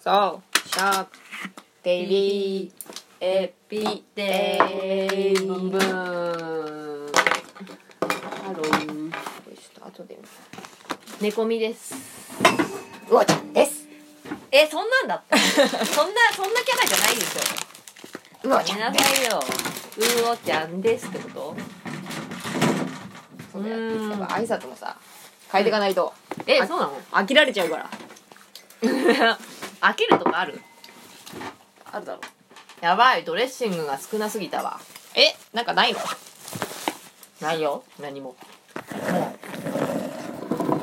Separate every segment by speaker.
Speaker 1: So sharp, baby, every day.
Speaker 2: ブンブンハロー
Speaker 1: これちょっと後で見る。
Speaker 2: 寝込みです
Speaker 1: うわちゃんです。
Speaker 2: えそんなんだった そんなそんなキャラじゃないでしょ
Speaker 1: う
Speaker 2: ご
Speaker 1: わち
Speaker 2: めん
Speaker 1: ゃん
Speaker 2: な
Speaker 1: です。
Speaker 2: さいようおちゃんですってこと
Speaker 1: そうだよ。やっぱ挨拶もさ、変えていかないと
Speaker 2: え
Speaker 1: あ
Speaker 2: そうなの
Speaker 1: 飽きられちゃうから。
Speaker 2: 飽きるとかある
Speaker 1: あるだろう。
Speaker 2: やばいドレッシングが少なすぎたわ
Speaker 1: え、なんかないの？
Speaker 2: ないよ何もも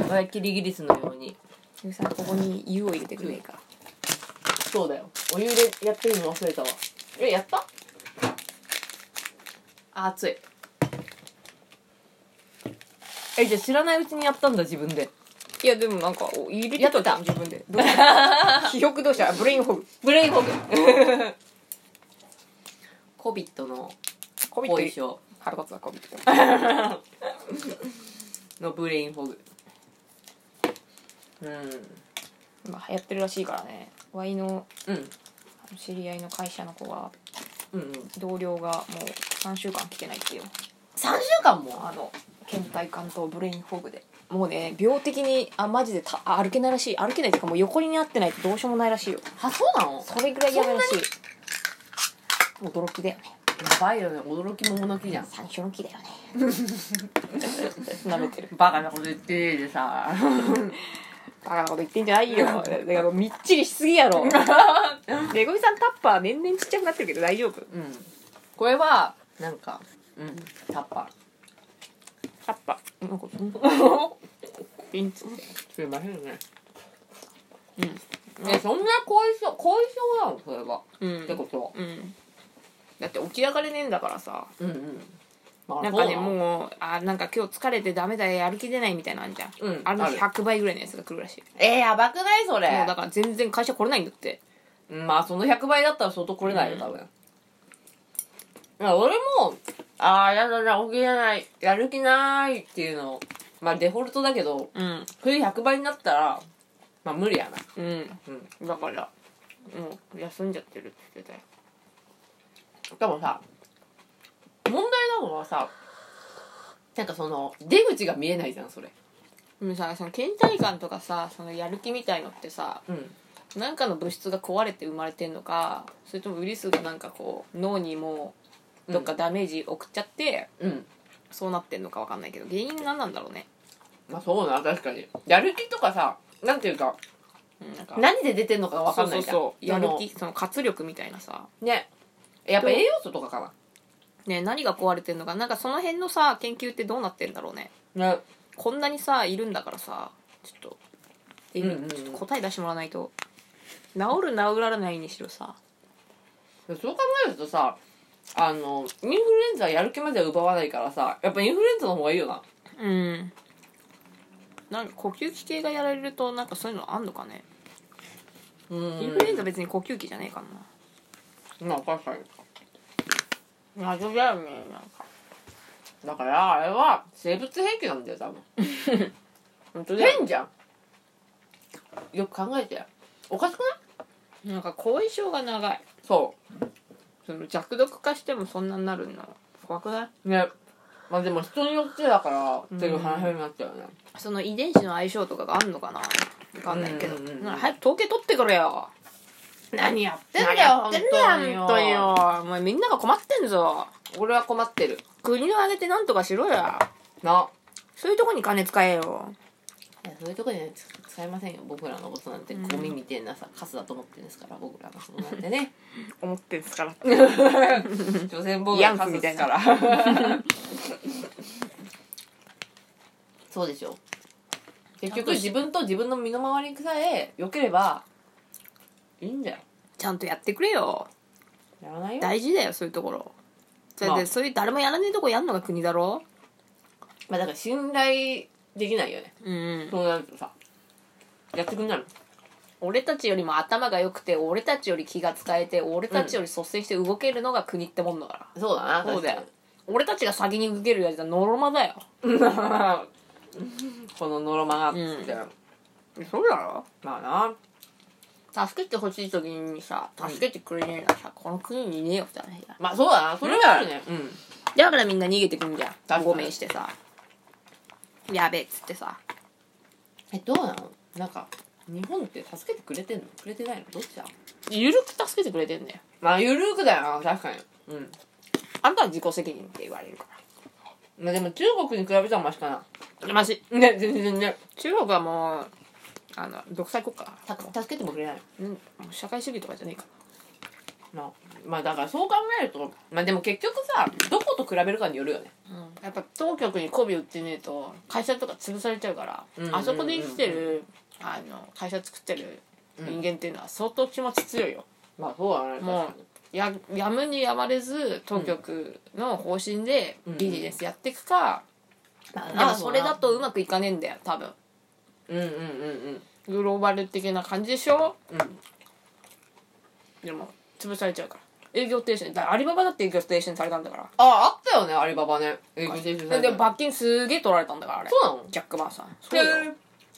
Speaker 2: うあれキリギリスのように
Speaker 1: ゆうさんここに湯を入れてくれいか。
Speaker 2: そうだよお湯でやってるの忘れたわえやったあ熱いえじゃあ知らないうちにやったんだ自分で
Speaker 1: いやでもなんかお入れて
Speaker 2: やってた
Speaker 1: 自分で。どうした 記憶どうした？ブレインホグ。
Speaker 2: ブレインフォグ コビットの
Speaker 1: コビ
Speaker 2: 後遺
Speaker 1: ット。
Speaker 2: 症
Speaker 1: 腹立つわコビット。
Speaker 2: のブレインフォグうん
Speaker 1: 今流行ってるらしいからね。ワイの
Speaker 2: うん
Speaker 1: 知り合いの会社の子が
Speaker 2: うんうん
Speaker 1: 同僚がもう3週間来てないっていう
Speaker 2: 3週間も
Speaker 1: あの倦怠感とブレインフォグでもうね病的にあマジでたあ歩けないらしい歩けないっていうかもう横になってないとどうしようもないらしいよ
Speaker 2: あそうなの
Speaker 1: それぐらいやばいらしい驚きだよね
Speaker 2: やばいよね驚きもものきじゃん
Speaker 1: 山椒の木だよね舐めてる
Speaker 2: バカなこと言ってねえでさ
Speaker 1: バカなこと言ってんじゃないよだからみっちりしすぎや ろレゴミさんタッパー年々ちっちゃくなってるけど大丈夫
Speaker 2: うんこれはなんかうんタッパ
Speaker 1: タッパーなんかそんな
Speaker 2: ー
Speaker 1: ピンツ
Speaker 2: すいませんね
Speaker 1: うん
Speaker 2: ねそんな後遺症後遺症なのそれは
Speaker 1: うん
Speaker 2: ってことは
Speaker 1: うんだって起き上がれねえんだからさ
Speaker 2: うんうんまあ
Speaker 1: なんかね
Speaker 2: そうなの
Speaker 1: もうあなんか今日疲れてダメだやる気出ないみたいなのあんじゃん、
Speaker 2: うん
Speaker 1: あれの
Speaker 2: ある
Speaker 1: 100倍ぐらいのやつが来るらしい、
Speaker 2: えー、やばくないそれ
Speaker 1: もうだから全然会社来れないんだって
Speaker 2: うんまあその100倍だったら相当来れないよ多分、いや俺もああやだな起きれないやる気ないっていうのまあデフォルトだけど
Speaker 1: うん
Speaker 2: それ100倍になったらまあ無理やな
Speaker 1: うん
Speaker 2: うん
Speaker 1: だからもう休んじゃってるって言ってたよ
Speaker 2: でもさ問題なのはさなんかその出口が見えないじゃんそれ
Speaker 1: でもさその倦怠感とかさそのやる気みたいのってさ
Speaker 2: うん
Speaker 1: なんかの物質が壊れて生まれてんのかそれともウイルスがなんかこう脳にもうどっかダメージ送っちゃって、
Speaker 2: うん
Speaker 1: そうなってんのかわかんないけど原因何なんだろうね、
Speaker 2: まあそうな確かにやる気とかさなんていうか
Speaker 1: うん、なんか
Speaker 2: 何で出てんのか分かんないじゃん
Speaker 1: そうそうそうや
Speaker 2: で
Speaker 1: る
Speaker 2: も
Speaker 1: 気その活力みたいなさ
Speaker 2: ねやっぱ栄養素とかか
Speaker 1: ね何が壊れてんのかなんかその辺のさ研究ってどうなってんだろうね
Speaker 2: なね
Speaker 1: こんなにさいるんだからさちょっとえ
Speaker 2: うんうんうん
Speaker 1: ちょっと答え出してもらわないと治る治らないにしろさ
Speaker 2: そう考えるとさあのインフルエンザはやる気までは奪わないからさやっぱインフルエンザの方がいいよな
Speaker 1: うんなんか呼吸器系がやられるとなんかそういうのあんのかね
Speaker 2: うん
Speaker 1: インフルエンザ別に呼吸器じゃねえから
Speaker 2: まあ確かに
Speaker 1: な謎だよねなんか
Speaker 2: だからあれは生物兵器なんだよ多分
Speaker 1: 本当
Speaker 2: 変じゃんよく考えてよおかしくない
Speaker 1: なんか後遺症が長い
Speaker 2: そ
Speaker 1: その弱毒化してもそんなになるの怖くないう
Speaker 2: ねまあでも人によってだからっていう話になっちゃうよね
Speaker 1: その遺伝子の相性とかがあんのかな分かんないけど、
Speaker 2: うんうんうん
Speaker 1: なんか早く統計取ってくれよ何やってんだよ
Speaker 2: 何やっ
Speaker 1: 本
Speaker 2: てんだよ
Speaker 1: 当によお前みんなが困ってんぞ
Speaker 2: 俺は困ってる
Speaker 1: 国を挙げて何とかしろよ
Speaker 2: な
Speaker 1: そういうとこに金使えよ
Speaker 2: いやそういうとこには使いませんよ僕らのことなんてゴミみたいなさカスだと思ってるんですから僕らのことなんて ね
Speaker 1: 思ってんすから
Speaker 2: 所詮僕らカスですからそうでしょ結局自分と自分の身の回りさえ良ければいいんだよ
Speaker 1: ちゃんとやってくれよ
Speaker 2: やらないよ
Speaker 1: 大事だよそういうところそれ
Speaker 2: ま
Speaker 1: で
Speaker 2: あ
Speaker 1: そういう誰もやらねえとこやんのが国だろ
Speaker 2: まあだから信頼できないよね
Speaker 1: うん
Speaker 2: そうなるとさやってくんなる
Speaker 1: 俺たちよりも頭が良くて俺たちより気が使えて俺たちより率先して動けるのが国ってもんだから、
Speaker 2: そうだな
Speaker 1: そうだよ
Speaker 2: 確かに
Speaker 1: 俺たちが先に受けるやつはノロマだよ
Speaker 2: このノロマがっつって、
Speaker 1: そうだろ
Speaker 2: まあな
Speaker 1: 助けてほしい時にさ助けてくれねえなさ、この国にいねえよって話だ
Speaker 2: まあそうだなそれはあるねうん
Speaker 1: だからみんな逃げてくんじゃ
Speaker 2: か
Speaker 1: ん
Speaker 2: に
Speaker 1: 亡命してさやべえっつってさ
Speaker 2: えどうなのなんか日本って助けてくれてんのくれてないのどっちだ
Speaker 1: ゆるく助けてくれてんだよ
Speaker 2: まあゆるくだよな確かにうん
Speaker 1: あんたは自己責任って言われるか
Speaker 2: まあでも中国に比べたらマシかな
Speaker 1: らマジ
Speaker 2: ね全然ね
Speaker 1: 中国はもうあの独裁国家だ
Speaker 2: た
Speaker 1: からも
Speaker 2: 助けてもくれないの
Speaker 1: ううんもう社会主義とかじゃねえか
Speaker 2: まあ、まあだからそう考えるとまあでも結局さどこと比べるかによるよね
Speaker 1: ら、やっぱ当局に媚び売ってねえと会社とか潰されちゃうから、
Speaker 2: うんうんうんうん
Speaker 1: あそこで生きてるあの会社作ってる人間っていうのは相当気持ち強いよ、
Speaker 2: まあそうだね
Speaker 1: もうややむにやまれず当局の方針で
Speaker 2: うん
Speaker 1: ビジネスやっていくか、
Speaker 2: まあ
Speaker 1: でもそれだとうまくいかねえんだよ多分
Speaker 2: うんうんうんうん
Speaker 1: グローバル的な感じでしょ
Speaker 2: うん
Speaker 1: でも潰されちゃうから営業停止にだからアリババだって営業停止にされたんだから
Speaker 2: ああったよねアリババねえ
Speaker 1: でも罰金すげえ取られたんだからあれ
Speaker 2: そうなの
Speaker 1: ジャック・マーさん
Speaker 2: そうよ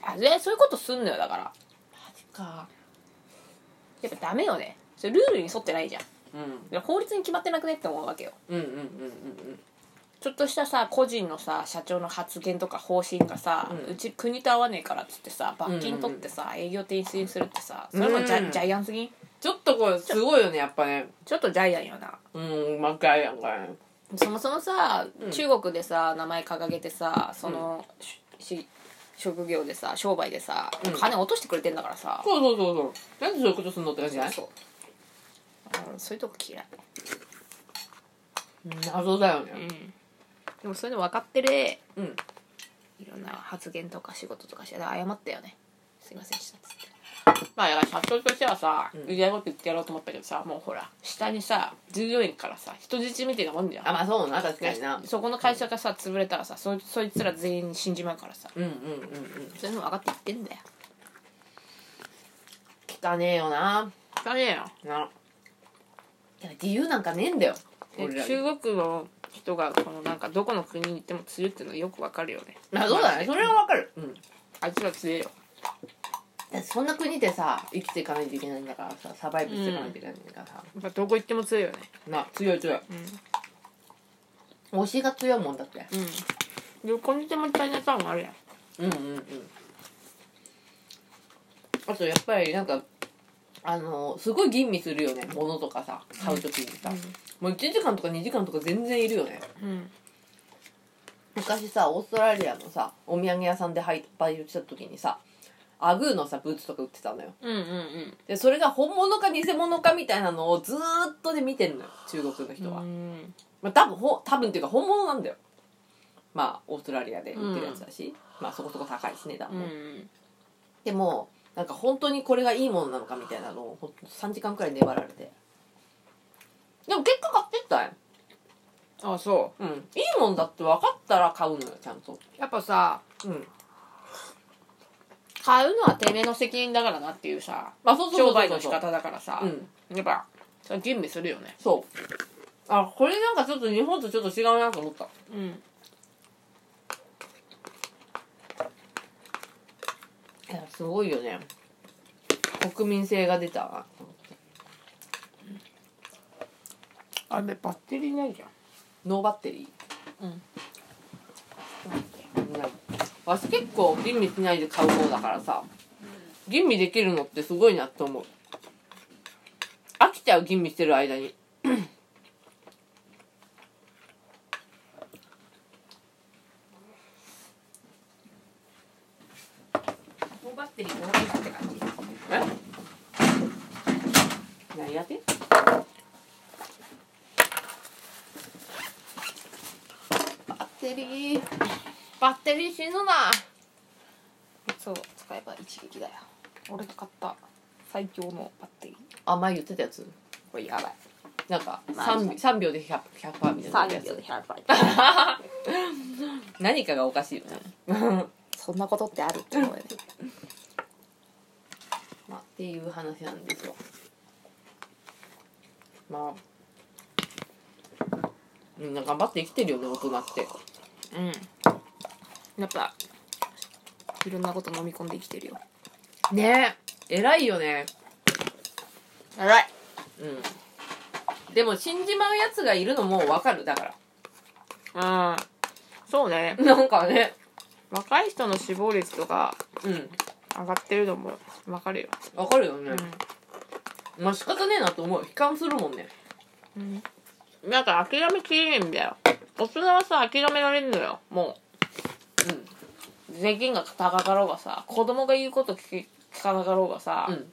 Speaker 1: あでそういうことすんのよだから
Speaker 2: マジか
Speaker 1: やっぱダメよねそれルールに沿ってないじゃん
Speaker 2: うん
Speaker 1: で法律に決まってなくねって思うわけよ
Speaker 2: うんうんうんうん
Speaker 1: ちょっとしたさ個人のさ社長の発言とか方針がさ、う
Speaker 2: うん
Speaker 1: ち国と合わねえからっつってさ罰金取ってさ、営業停止にするってさそれもジャ,、
Speaker 2: うん
Speaker 1: ジャイアンすぎん
Speaker 2: ちょっとこれすごいよねやっぱね
Speaker 1: ちょっとジャイアンよな
Speaker 2: うんうまくややんかね
Speaker 1: そもそもさ、
Speaker 2: うん
Speaker 1: 中国でさ名前掲げてさその、しし職業でさ商売でさ、
Speaker 2: うん
Speaker 1: 金落としてくれてんだからさ、
Speaker 2: そうそうそうそうなんでそういうことすんのって感じじゃない
Speaker 1: そうあそういうとこ嫌い、
Speaker 2: 謎だよね
Speaker 1: でもそういうの分かってる
Speaker 2: うん
Speaker 1: いろんな発言とか仕事とかしてだから謝ったよねすいませんでしたっつってまあだから社長としてはさ
Speaker 2: うん
Speaker 1: 言いたいこと言ってやろうと思ったけどさもうほら下にさ従業員からさ人質みたいなもんじゃん
Speaker 2: あまあそうな確かにな
Speaker 1: そこの会社がさ潰れたらさそそいつら全員死んじまうからさ
Speaker 2: うんうんうんうん
Speaker 1: そういうの分かって言ってんだよ
Speaker 2: 汚ねえよな
Speaker 1: だねえよ
Speaker 2: なだから理由なんかねえんだよ俺らに
Speaker 1: 中国の人がこのなんかどこの国に行っても強いっていうのよくわかるよね
Speaker 2: まあそうだねそれはわかるうん
Speaker 1: あいつら強いよ
Speaker 2: だってそんな国でさ生きていかないといけないんだからさサバイブしていかないといけないんだからさ、
Speaker 1: やっぱどこ行っても強いよね
Speaker 2: な強い強い推しが強いもんだって
Speaker 1: うん旅行にでもチャイナタウンあるやん
Speaker 2: うんうんうんあとやっぱりなんかあのすごい吟味するよね物とかさ買う時にさ、もう1時間とか2時間とか全然いるよね
Speaker 1: うん
Speaker 2: 昔さオーストラリアのさお土産屋さんでバイトしてた時にさアグーのさブーツとか売ってたのよ
Speaker 1: うんうんうん
Speaker 2: でそれが本物か偽物かみたいなのをずーっとで見てんのよ中国の人は、
Speaker 1: うん
Speaker 2: まあ、多分ほ多分っていうか本物なんだよまあオーストラリアで売ってるやつだし、まあそこそこ高いしねだもん、
Speaker 1: うん
Speaker 2: でもなんか本当にこれがいいものなのかみたいなのをほんと3時間くらい粘られてでも結果買ってったんや
Speaker 1: あそ
Speaker 2: うんいいもんだって分かったら買うのよちゃんと
Speaker 1: うやっぱさ
Speaker 2: うん
Speaker 1: 買うのはてめえの責任だからなっていうさ
Speaker 2: まあそうそうそうそ
Speaker 1: 商
Speaker 2: う
Speaker 1: 売の仕方だからさ、
Speaker 2: うん
Speaker 1: やっぱそれ吟味するよね
Speaker 2: そうあこれなんかちょっと日本とちょっと違うなと思った
Speaker 1: うん
Speaker 2: いやすごいよね国民性が出たわ
Speaker 1: あれバッテリーないじゃん
Speaker 2: ノーバッテリ
Speaker 1: うん
Speaker 2: ーないわし結構吟味しないで買う方だからさ吟味できるのってすごいなって思う飽きちゃう吟味してる間に
Speaker 1: バッテリー5年って感じ
Speaker 2: え何やってバッテリーバッテリー死ぬな
Speaker 1: そう使えば一撃だよ俺が買った最強のバッテリー
Speaker 2: あ前言ってたやつ
Speaker 1: これやばい
Speaker 2: なんか
Speaker 1: まあ
Speaker 2: 3, 3秒で 100%, 100%みたいなやつ
Speaker 1: で100倍
Speaker 2: 何かがおかしいよねま
Speaker 1: そんなことってあるって思うよね
Speaker 2: あっていう話なんですよまあみんな頑張って生きてるよね大人って
Speaker 1: うんやっぱいろんなこと飲み込んで生きてるよ
Speaker 2: ねえ偉いよね
Speaker 1: 偉い
Speaker 2: うんでも死んじまうやつがいるのもわかるだか
Speaker 1: うんそうね
Speaker 2: らなんかね
Speaker 1: 若い人の死亡率とか
Speaker 2: うん
Speaker 1: 上がってるのもわかるよ、
Speaker 2: わかるよね、
Speaker 1: う
Speaker 2: まあ仕方ねえなと思う悲観するもんね
Speaker 1: んうん、なんか諦めきれねえんだよ大人はさ諦められんのよもう税金が高かろうがさ子供が言うこと聞き聞かなかろうがさ、
Speaker 2: うんうん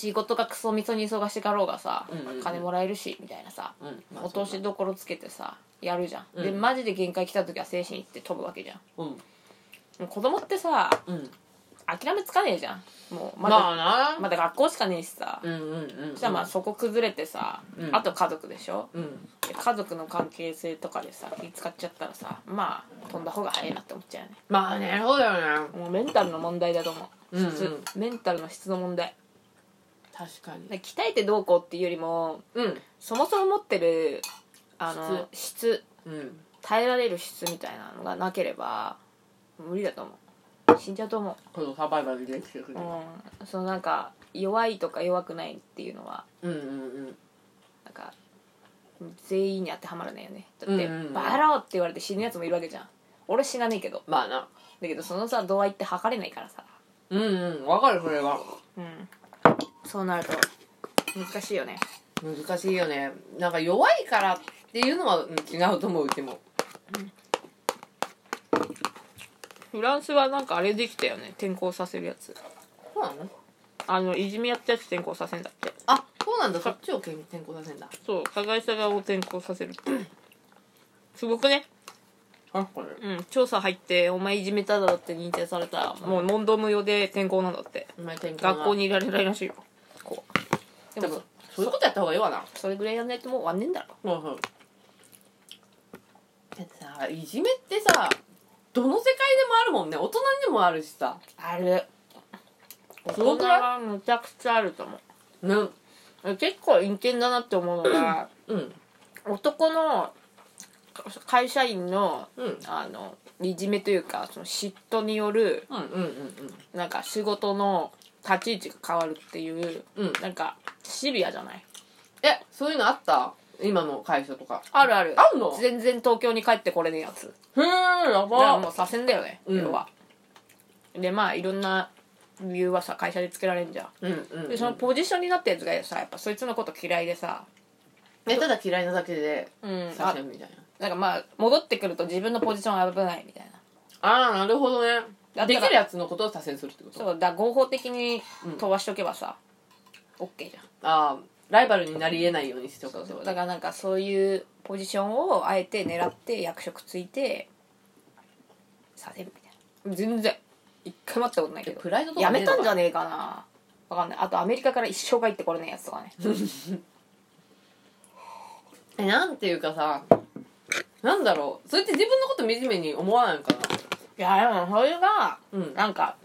Speaker 1: 仕事がクソみそに忙しかろうがさ、
Speaker 2: うんうんうん
Speaker 1: 金もらえるしみたいなさ、
Speaker 2: うん、まあ
Speaker 1: 落としどころつけてさやるじゃん、
Speaker 2: うん
Speaker 1: でマジで限界来た時は精神いって飛ぶわけじゃん
Speaker 2: うん
Speaker 1: もう子供ってさ
Speaker 2: うん
Speaker 1: 諦めつかねえじゃんもうま
Speaker 2: ま
Speaker 1: だ、
Speaker 2: あな
Speaker 1: まだ学校しかねえしさ、
Speaker 2: うんうんうん
Speaker 1: じゃあまあそこ崩れてさ、
Speaker 2: うん
Speaker 1: あと家族でしょ
Speaker 2: うん
Speaker 1: で家族の関係性とかでさ気使っちゃったらさまあ飛んだ方が早いなって思っちゃうよね
Speaker 2: まあねそうだよね
Speaker 1: もうメンタルの問題だと思う、
Speaker 2: うんうん
Speaker 1: 質メンタルの質の問題
Speaker 2: 確かに
Speaker 1: で鍛えてどうこうっていうよりも
Speaker 2: うん
Speaker 1: そもそも持ってるあの質
Speaker 2: うん
Speaker 1: 耐えられる質みたいなのがなければ無理だと思う死んじゃうと思
Speaker 2: このサバイバルできてく
Speaker 1: う、うん、そのなんか弱いとか弱くないっていうのは
Speaker 2: うんうん
Speaker 1: なんか全員に当てはまらないよねだって
Speaker 2: うんうん
Speaker 1: 「
Speaker 2: うん
Speaker 1: バカ野郎って言われて死ぬやつもいるわけじゃん俺死なねえけど
Speaker 2: まあな
Speaker 1: だけどそのさ度合いって測れないからさ
Speaker 2: うんうんわかるそれは
Speaker 1: うんそうなると難しいよね
Speaker 2: 難しいよねなんか弱いからっていうのはうん違うと思ううちも
Speaker 1: フランスはなんかあれできたよね転校させるやつ
Speaker 2: そうなの
Speaker 1: あのいじめやったやつ転校させんだって
Speaker 2: あそうなんだそっちを転校させんだ
Speaker 1: そう加害者側を転校させ るってすごくね
Speaker 2: あこれ
Speaker 1: うん調査入ってお前いじめただろって認定されたらもう問答無用で転校なんだって
Speaker 2: お前転校な
Speaker 1: 学校にいられないらしいよこうで
Speaker 2: で
Speaker 1: も
Speaker 2: もそういうことやった方がいいわな
Speaker 1: それぐらいやんないともう終わんねえんだろ
Speaker 2: うんうんだってさいじめってさどの世界でもあるもんね大人にもあるしさ
Speaker 1: ある
Speaker 2: すごくない
Speaker 1: はむちゃくちゃあると思
Speaker 2: ね
Speaker 1: う結構陰険だなって思うのが
Speaker 2: うん
Speaker 1: 男の会社員の
Speaker 2: うんうん
Speaker 1: あのいじめというかその嫉妬による
Speaker 2: うんうん
Speaker 1: なんか仕事の立ち位置が変わるっていう
Speaker 2: うんうん
Speaker 1: なんかシビアじゃない
Speaker 2: えそういうのあった今の会社とか
Speaker 1: あるある
Speaker 2: あんの
Speaker 1: 全然東京に帰ってこれねえやつ
Speaker 2: へえや
Speaker 1: だから
Speaker 2: ば
Speaker 1: もう左遷だよね
Speaker 2: うん
Speaker 1: 要は、でまあいろんな理由はさ会社でつけられんじゃん
Speaker 2: うんうんうん
Speaker 1: でそのポジションになったやつがさやっぱそいつのこと嫌いでさ
Speaker 2: えただ嫌いなだけで
Speaker 1: うん
Speaker 2: さ
Speaker 1: あ
Speaker 2: せるみたいな
Speaker 1: なんかまあ戻ってくると自分のポジション危ないみたいな
Speaker 2: ああなるほどね
Speaker 1: だった
Speaker 2: で
Speaker 1: ら
Speaker 2: きるやつのことを左遷するってこと
Speaker 1: そうだから合法的に飛ばしとけばさ、オッケーじゃん
Speaker 2: ああライバルになり得ないようにしておく
Speaker 1: そう
Speaker 2: って
Speaker 1: そ
Speaker 2: こ
Speaker 1: う
Speaker 2: と
Speaker 1: だからなんかそういうポジションをあえて狙って役職ついてさせるみたいな全然一回待ったことないけ
Speaker 2: え
Speaker 1: ど
Speaker 2: プライドとか
Speaker 1: やめたんじゃ
Speaker 2: ね
Speaker 1: ねえかなわかんないあとアメリカから一生帰ってこれないやつとかね
Speaker 2: えなんていうかさなんだろうそれって自分のこと惨めに思わないのかない
Speaker 1: やでもそれが
Speaker 2: うん
Speaker 1: なんか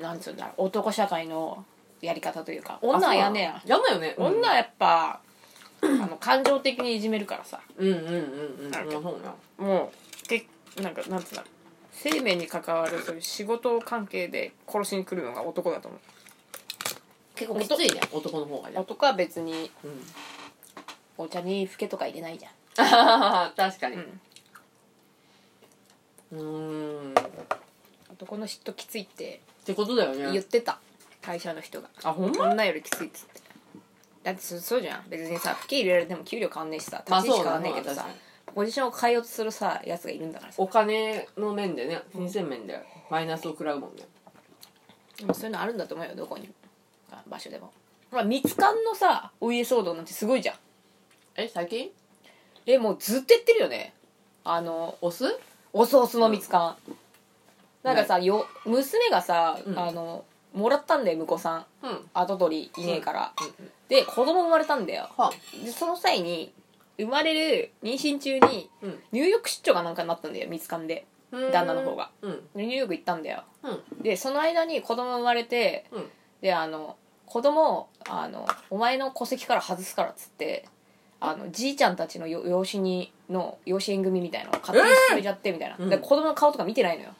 Speaker 1: なんつうんだろう男社会のやり方というか女はやんねえや
Speaker 2: あそうなのやんないよね
Speaker 1: 女はやっぱ、あの感情的にいじめるからさ
Speaker 2: うんうんうんうん
Speaker 1: なるほど
Speaker 2: まあそうな
Speaker 1: もうけなんかなんつうんだろう生命に関わるそういう仕事関係で殺しに来るのが男だと思
Speaker 2: 結構きついね男の方が
Speaker 1: う
Speaker 2: ね
Speaker 1: 男は別に
Speaker 2: うん
Speaker 1: お茶にふけとか入れないじゃん
Speaker 2: 確かに
Speaker 1: うん
Speaker 2: うーんっ
Speaker 1: 男の嫉妬きついって
Speaker 2: てことだよ
Speaker 1: 言っ
Speaker 2: ね
Speaker 1: てた会社の人が
Speaker 2: あほんま
Speaker 1: 女よりきついっつってだってそそうじゃん別にさふけ入れられても給料変わんねえしさ
Speaker 2: まあ
Speaker 1: 立ち位置
Speaker 2: そう
Speaker 1: 変わ
Speaker 2: だね
Speaker 1: んねえけど
Speaker 2: 確
Speaker 1: さ
Speaker 2: かに
Speaker 1: ポジションを変えようとするさやつがいるんだからさ
Speaker 2: お金の面でね金銭面でマイナスを食らうもんね
Speaker 1: でもそういうのあるんだと思うよどこにもあ場所でもほらミツカンのさお家騒動なんてすごいじゃん
Speaker 2: え最近
Speaker 1: えもうずっとやってるよねあの
Speaker 2: お酢
Speaker 1: おソースのミツカン、なんかさよ娘がさ、
Speaker 2: うん
Speaker 1: あのもらったんだよ婿さん
Speaker 2: うんうん
Speaker 1: 跡取りいねえから、
Speaker 2: うん
Speaker 1: で子供生まれたんだよ
Speaker 2: は
Speaker 1: でその際に生まれる妊娠中に
Speaker 2: うん
Speaker 1: ニューヨーク出張がなんかになったんだよミツカンで旦那の方が
Speaker 2: うん
Speaker 1: でニューヨーク行ったんだよ
Speaker 2: うん
Speaker 1: でその間に子供生まれて
Speaker 2: うん
Speaker 1: であの子供をあのお前の戸籍から外すからっつってあのじいちゃんたちのよ養子にの養子縁組みたいなのを勝手に進めちゃってみたいな、
Speaker 2: うん
Speaker 1: で子供の顔とか見てないのよ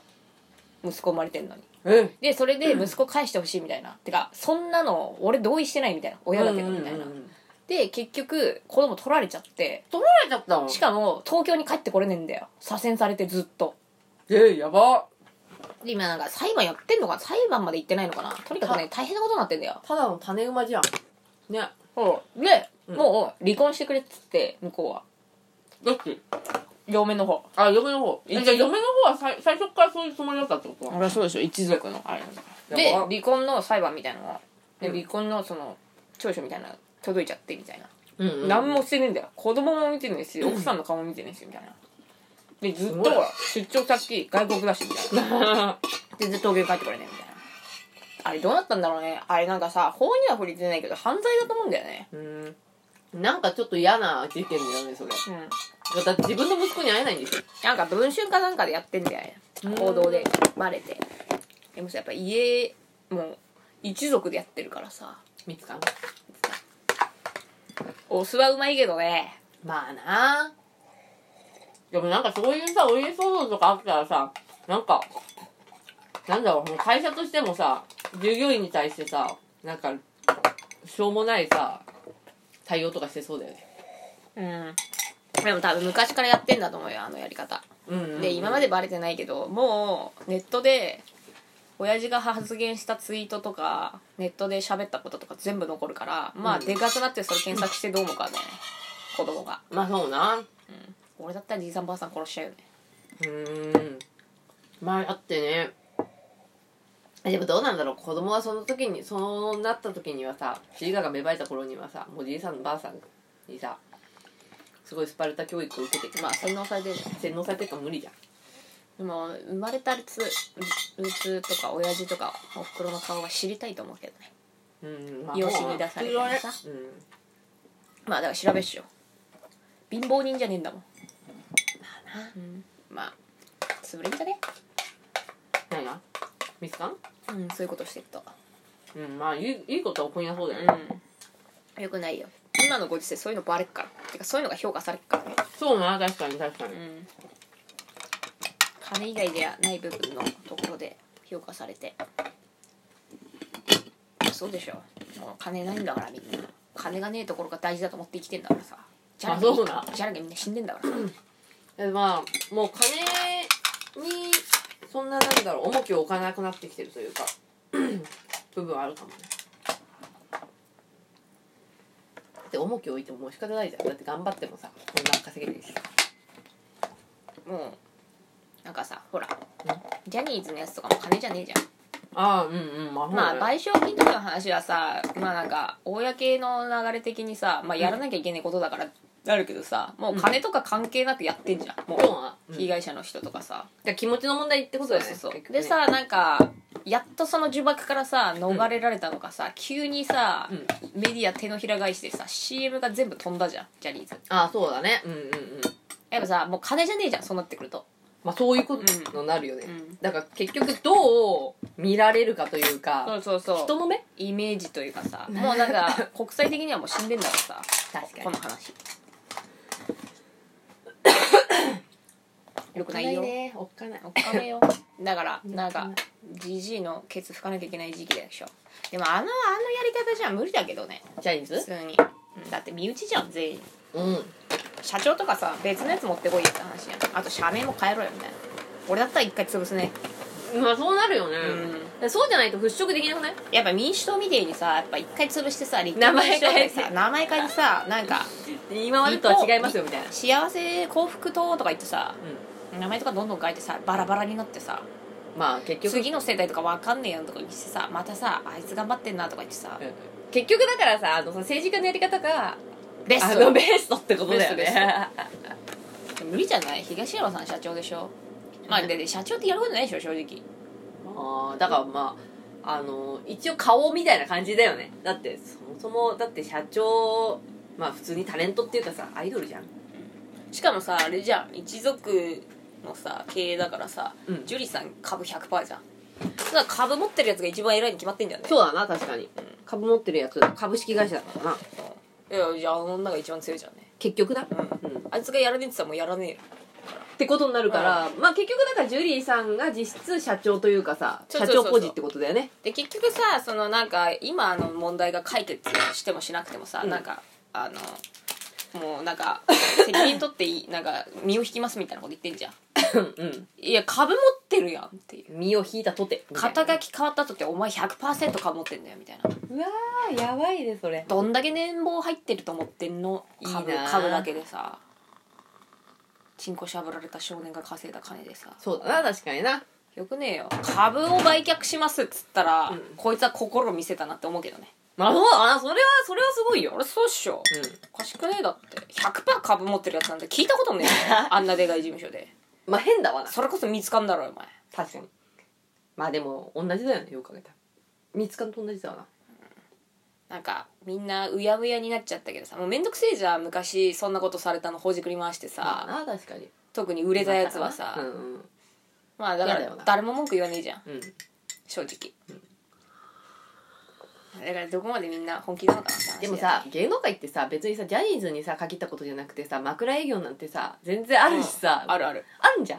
Speaker 1: 息子生まれてんのに
Speaker 2: うん
Speaker 1: でそれで息子返してほしいみたいな、てかそんなの俺同意してないみたいな親だけどみたいな、
Speaker 2: うんうんうん
Speaker 1: で結局子供取られちゃって
Speaker 2: 取られちゃったの
Speaker 1: しかも東京に帰ってこれねえんだよ左遷されてずっと
Speaker 2: えー、やば
Speaker 1: で今なんか裁判やってんのかな裁判まで行ってないのかなとにかくね大変なことになってんだよ
Speaker 2: ただの種馬じゃんね
Speaker 1: で、
Speaker 2: うん
Speaker 1: もう離婚してくれっつって向こうは
Speaker 2: どっち
Speaker 1: 両面の方
Speaker 2: あ嫁の方えじゃあ嫁の方は最最初からそういうつもりだったってこと
Speaker 1: あれそうでしょ一族のあれで
Speaker 2: やば
Speaker 1: 離婚の裁判みたいなのがで
Speaker 2: うん
Speaker 1: 離婚のその調書みたいなの届いちゃってみたいな、
Speaker 2: うん、
Speaker 1: ん、何もしてねえんだよ子供も見てねえし奥さんの顔も見てねえしみたいなでずっとほら出張先外国だしみたいな全然東京に帰ってこれねえみたいなあれどうなったんだろうねあれなんかさ法には触れてないけど犯罪だと思うんだよね
Speaker 2: うんなんかちょっと嫌な事件だよねそれ
Speaker 1: うん
Speaker 2: だって自分の息子に会えないんですよ
Speaker 1: なんか文春かなんかでやってんだよね
Speaker 2: うん
Speaker 1: 報道でバレてでもさやっぱ家もう一族でやってるからさ
Speaker 2: 見つかん
Speaker 1: お酢はうまいけどね
Speaker 2: まあなでもなんかそういうさお家騒動とかあったらさなんかなんだろうもう会社としてもさ従業員に対してさなんかしょうもないさ対応とかしてそうだよね
Speaker 1: うんでも多分昔からやってんだと思うよあのやり方
Speaker 2: うんうんうん
Speaker 1: で今までバレてないけどもうネットで親父が発言したツイートとかネットで喋ったこととか全部残るからまあ
Speaker 2: うん
Speaker 1: でかくなってそれ検索してどう思うかね子供が
Speaker 2: まあそうな
Speaker 1: 俺だったらじいさんばあさん殺しちゃうよね
Speaker 2: うーんまああってねでもどうなんだろう子供はその時にそうなった時にはさ自我が芽生えた頃にはさもうじいさんばあさんにさすごいスパルタ教育を受けて
Speaker 1: ま
Speaker 2: まあ
Speaker 1: あ洗脳されてるじゃん
Speaker 2: 洗脳されてるから無理じゃん
Speaker 1: でも生まれたうつうつとか親父とかおふくろの顔は知りたいと思うけどね
Speaker 2: うんま
Speaker 1: 養子に出されたりさ
Speaker 2: 普通はねうん
Speaker 1: まあだから調べっしょ貧乏人じゃねえんだもんまあな、うん、まあ潰れんじゃね
Speaker 2: 何がミスかん
Speaker 1: うんそういうことしてると
Speaker 2: うんまあいいいいことは起こりなそうだよね、
Speaker 1: うんよくないよ今のご時世そういうのバレっからてかそういうのが評価されっからね
Speaker 2: そうな確かに確かに、
Speaker 1: うん金以外ではない部分のところで評価されてそうでしょもう金ないんだからみんな金がねえところが大事だと思って生きてんだからさじゃらけ
Speaker 2: あそうな
Speaker 1: じゃらけみんな死んでんだからさ
Speaker 2: でまあもう金にそんななんだろう重きを置かなくなってきてるというか部分はあるかもねで重きを置いてももう仕方ないじゃんだって頑張ってもさこんな稼げるし
Speaker 1: もうなんかさほら
Speaker 2: うん
Speaker 1: ジャニーズのやつとかも金じゃねえじゃん
Speaker 2: ああうんうんまあ、
Speaker 1: まあ
Speaker 2: イ
Speaker 1: 賠償金とかの話はさまあなんか公の流れ的にさ、まあ、やらなきゃいけないことだからなるけどさもう金とか関係なくやってんじゃんも
Speaker 2: 今日
Speaker 1: う
Speaker 2: は、うん
Speaker 1: 被害者の人とかさ、
Speaker 2: だ気持ちの問題ってことだよ
Speaker 1: そ
Speaker 2: ね
Speaker 1: うそう
Speaker 2: 結
Speaker 1: そう
Speaker 2: 局ね
Speaker 1: でさなんかやっとその呪縛からさ逃れられたのかさ、急にさ、
Speaker 2: うん
Speaker 1: メディア手のひら返しでさ CM が全部飛んだじゃんジャニーズ
Speaker 2: ああそうだねうんうんうん
Speaker 1: やっぱさもう金じゃねえじゃんそうなってくると
Speaker 2: まあそういうことになるよね、
Speaker 1: うん
Speaker 2: だから結局どう見られるかという
Speaker 1: そ
Speaker 2: か
Speaker 1: うそうそ
Speaker 2: 人の目
Speaker 1: うイメージというかさもうなん か国際的にはもう死んでんだからさ
Speaker 2: 確かに
Speaker 1: この話 よくないよ
Speaker 2: ねおっかない
Speaker 1: お金よだからなんかじじいのケツ拭かなきゃいけない時期でしょでもあのあのやり方じゃ無理だけどね
Speaker 2: ジャニーズ
Speaker 1: 普通にうんだって身内じゃん全員
Speaker 2: うん
Speaker 1: 社長とかさ別のやつ持ってこいよって話やんあと社名も変えろよみたいな俺だったら一回潰すね
Speaker 2: まあそうなるよね、そうじゃないと払拭できなくない
Speaker 1: やっぱ民主党みてえにさやっぱ一回潰してさ立
Speaker 2: 名
Speaker 1: 憲
Speaker 2: 前
Speaker 1: 民主党でさ
Speaker 2: 変え
Speaker 1: 名前変えてさなんか
Speaker 2: 今までとは違いますよみたいな
Speaker 1: 幸せ幸福党とか言ってさ
Speaker 2: う
Speaker 1: 名前とかどんどん変えてさバラバラになってさ
Speaker 2: んまあ結局
Speaker 1: 次の世代とか分かんねえよとか言ってさまたさあいつ頑張ってんなとか言ってさ
Speaker 2: うん結局だからさあのさ政治家のやり方が
Speaker 1: ベス
Speaker 2: あ
Speaker 1: ト
Speaker 2: のベストってことだよ
Speaker 1: ベスト
Speaker 2: ね
Speaker 1: 無理じゃない東山さん社長でしょまあでで社長ってやることないでしょ正直
Speaker 2: あーだからまああの一応顔みたいな感じだよねだってそもそもだって社長まあ普通にタレントっていうかさアイドルじゃん
Speaker 1: しかもさあれじゃん一族のさ経営だからさ、
Speaker 2: うん
Speaker 1: ジュリさん株100%じゃんだから株持ってるやつが一番偉いに決まってんじゃんね
Speaker 2: そうだな確かに株持ってるやつ株式会社だからな
Speaker 1: うんいやいやあの女が一番強いじゃんね
Speaker 2: 結局だ
Speaker 1: うん
Speaker 2: うん
Speaker 1: あいつがやらねえって言ったらもうやらねえよ
Speaker 2: ってことになるから、まあ結局だからジュリーさんが実質社長というかさ
Speaker 1: そうそ
Speaker 2: 社
Speaker 1: うそうそう
Speaker 2: 長ポジってことだよね
Speaker 1: で結局さそのなんか今の問題が解決してもしなくてもさ、なんかあのもうなんか責任取っていい なんか身を引きますみたいなこと言ってんじゃん
Speaker 2: うん
Speaker 1: いや株持ってるやんっていう
Speaker 2: 身を引いたとてみたいな
Speaker 1: 肩書き変わったとってお前100%株持ってんだよみたいな
Speaker 2: うわーやばいねそれ
Speaker 1: どんだけ年俸入ってると思ってんの株
Speaker 2: いいな
Speaker 1: 株だけでさチンコしゃぶられた少年が稼いだ金でさ
Speaker 2: そうだな確かにな
Speaker 1: よくねえよ株を売却しますっつったら、
Speaker 2: うん
Speaker 1: こいつは心を見せたなって思うけどね
Speaker 2: まあそうだなそれは
Speaker 1: それはすごいよ俺そうっしょ、おかしくねえだって100%株持ってるやつなんて聞いたこともねえ よあんなでかい事務所で
Speaker 2: まあ変だわな
Speaker 1: それこそ見つかんだろお前
Speaker 2: 確かにまあでも同じだよねよく考えたら三つかと同じだわな
Speaker 1: なんかみんなうやむやになっちゃったけどさもうめんどくせえじゃん昔そんなことされたのほじくり回してさ、
Speaker 2: まあな確かに
Speaker 1: 特に売れたやつはさ、
Speaker 2: うんうん
Speaker 1: まあだか
Speaker 2: 嫌だ
Speaker 1: ら
Speaker 2: よな
Speaker 1: 誰も文句言わねえじゃん
Speaker 2: うん
Speaker 1: 正直、だからどこまでみんな本気なのかなって話だ
Speaker 2: で
Speaker 1: よ
Speaker 2: もさ芸能界ってさ別にさジャニーズにさ限ったことじゃなくてさ枕営業なんてさ全然あるしさ、
Speaker 1: あるある
Speaker 2: あんじゃん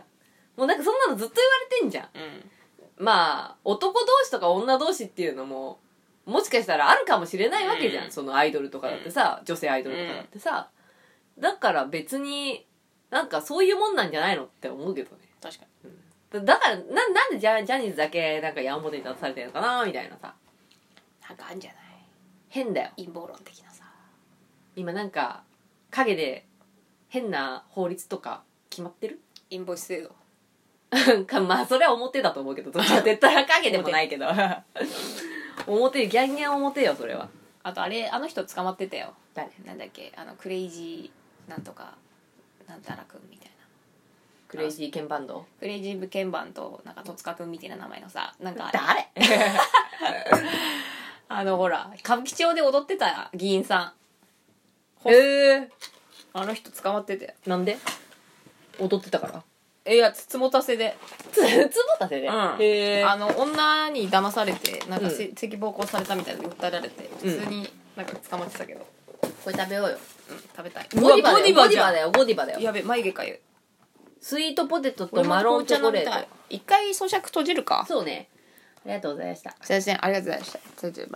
Speaker 2: もうなんかそんなのずっと言われてんじゃん
Speaker 1: うん
Speaker 2: まあ男同士とか女同士っていうのももしかしたらあるかもしれないわけじゃん、
Speaker 1: うん
Speaker 2: そのアイドルとかだってさ、女性アイドルとかだってさ、だから別になんかそういうもんなんじゃないのって思うけどね
Speaker 1: 確かに
Speaker 2: だだからななんでジャジャニーズだけなんか矢面に立たされてるのかなみたいなさ
Speaker 1: なんかあんじゃない
Speaker 2: 変だよ
Speaker 1: 陰謀論的なさ
Speaker 2: 今なんか陰で変な法律とか決まってる
Speaker 1: インボイス制度
Speaker 2: かまあそれは表だと思うけどどっちかって言ったら陰でもないけど表ギャンギャン表よそれは
Speaker 1: あとあれあの人捕まってたよ
Speaker 2: 誰
Speaker 1: なんだっけあのクレイジーなんとかなんたらくんみたいな
Speaker 2: クレイジーケンバンド
Speaker 1: クレイジーブケンバンとなんか戸塚くんみたいな名前のさなんか
Speaker 2: 誰
Speaker 1: あのほら歌舞伎町で踊ってた議員さん
Speaker 2: え
Speaker 1: あの人捕まってたよ
Speaker 2: ー、なんで踊ってたから
Speaker 1: えいやつつもたせで
Speaker 2: つつぼたせで、
Speaker 1: うん
Speaker 2: へえ
Speaker 1: あの女に騙されてなんかせ性暴行されたみたいで訴えられて普通になんか捕まってたけど、
Speaker 2: これ食べようよ
Speaker 1: うん、食べたい
Speaker 2: ゴディ
Speaker 1: ボ
Speaker 2: バだよゴデ
Speaker 1: デ
Speaker 2: ィ
Speaker 1: ィ
Speaker 2: バ
Speaker 1: バ
Speaker 2: だ
Speaker 1: だ
Speaker 2: よゴディバだよ
Speaker 1: やべ眉毛かゆ
Speaker 2: スイートポテトとマロンチョコレート
Speaker 1: 一回咀嚼閉じるか
Speaker 2: そうねありがとうございました
Speaker 1: 先生ありがとうございましたそれじゃあ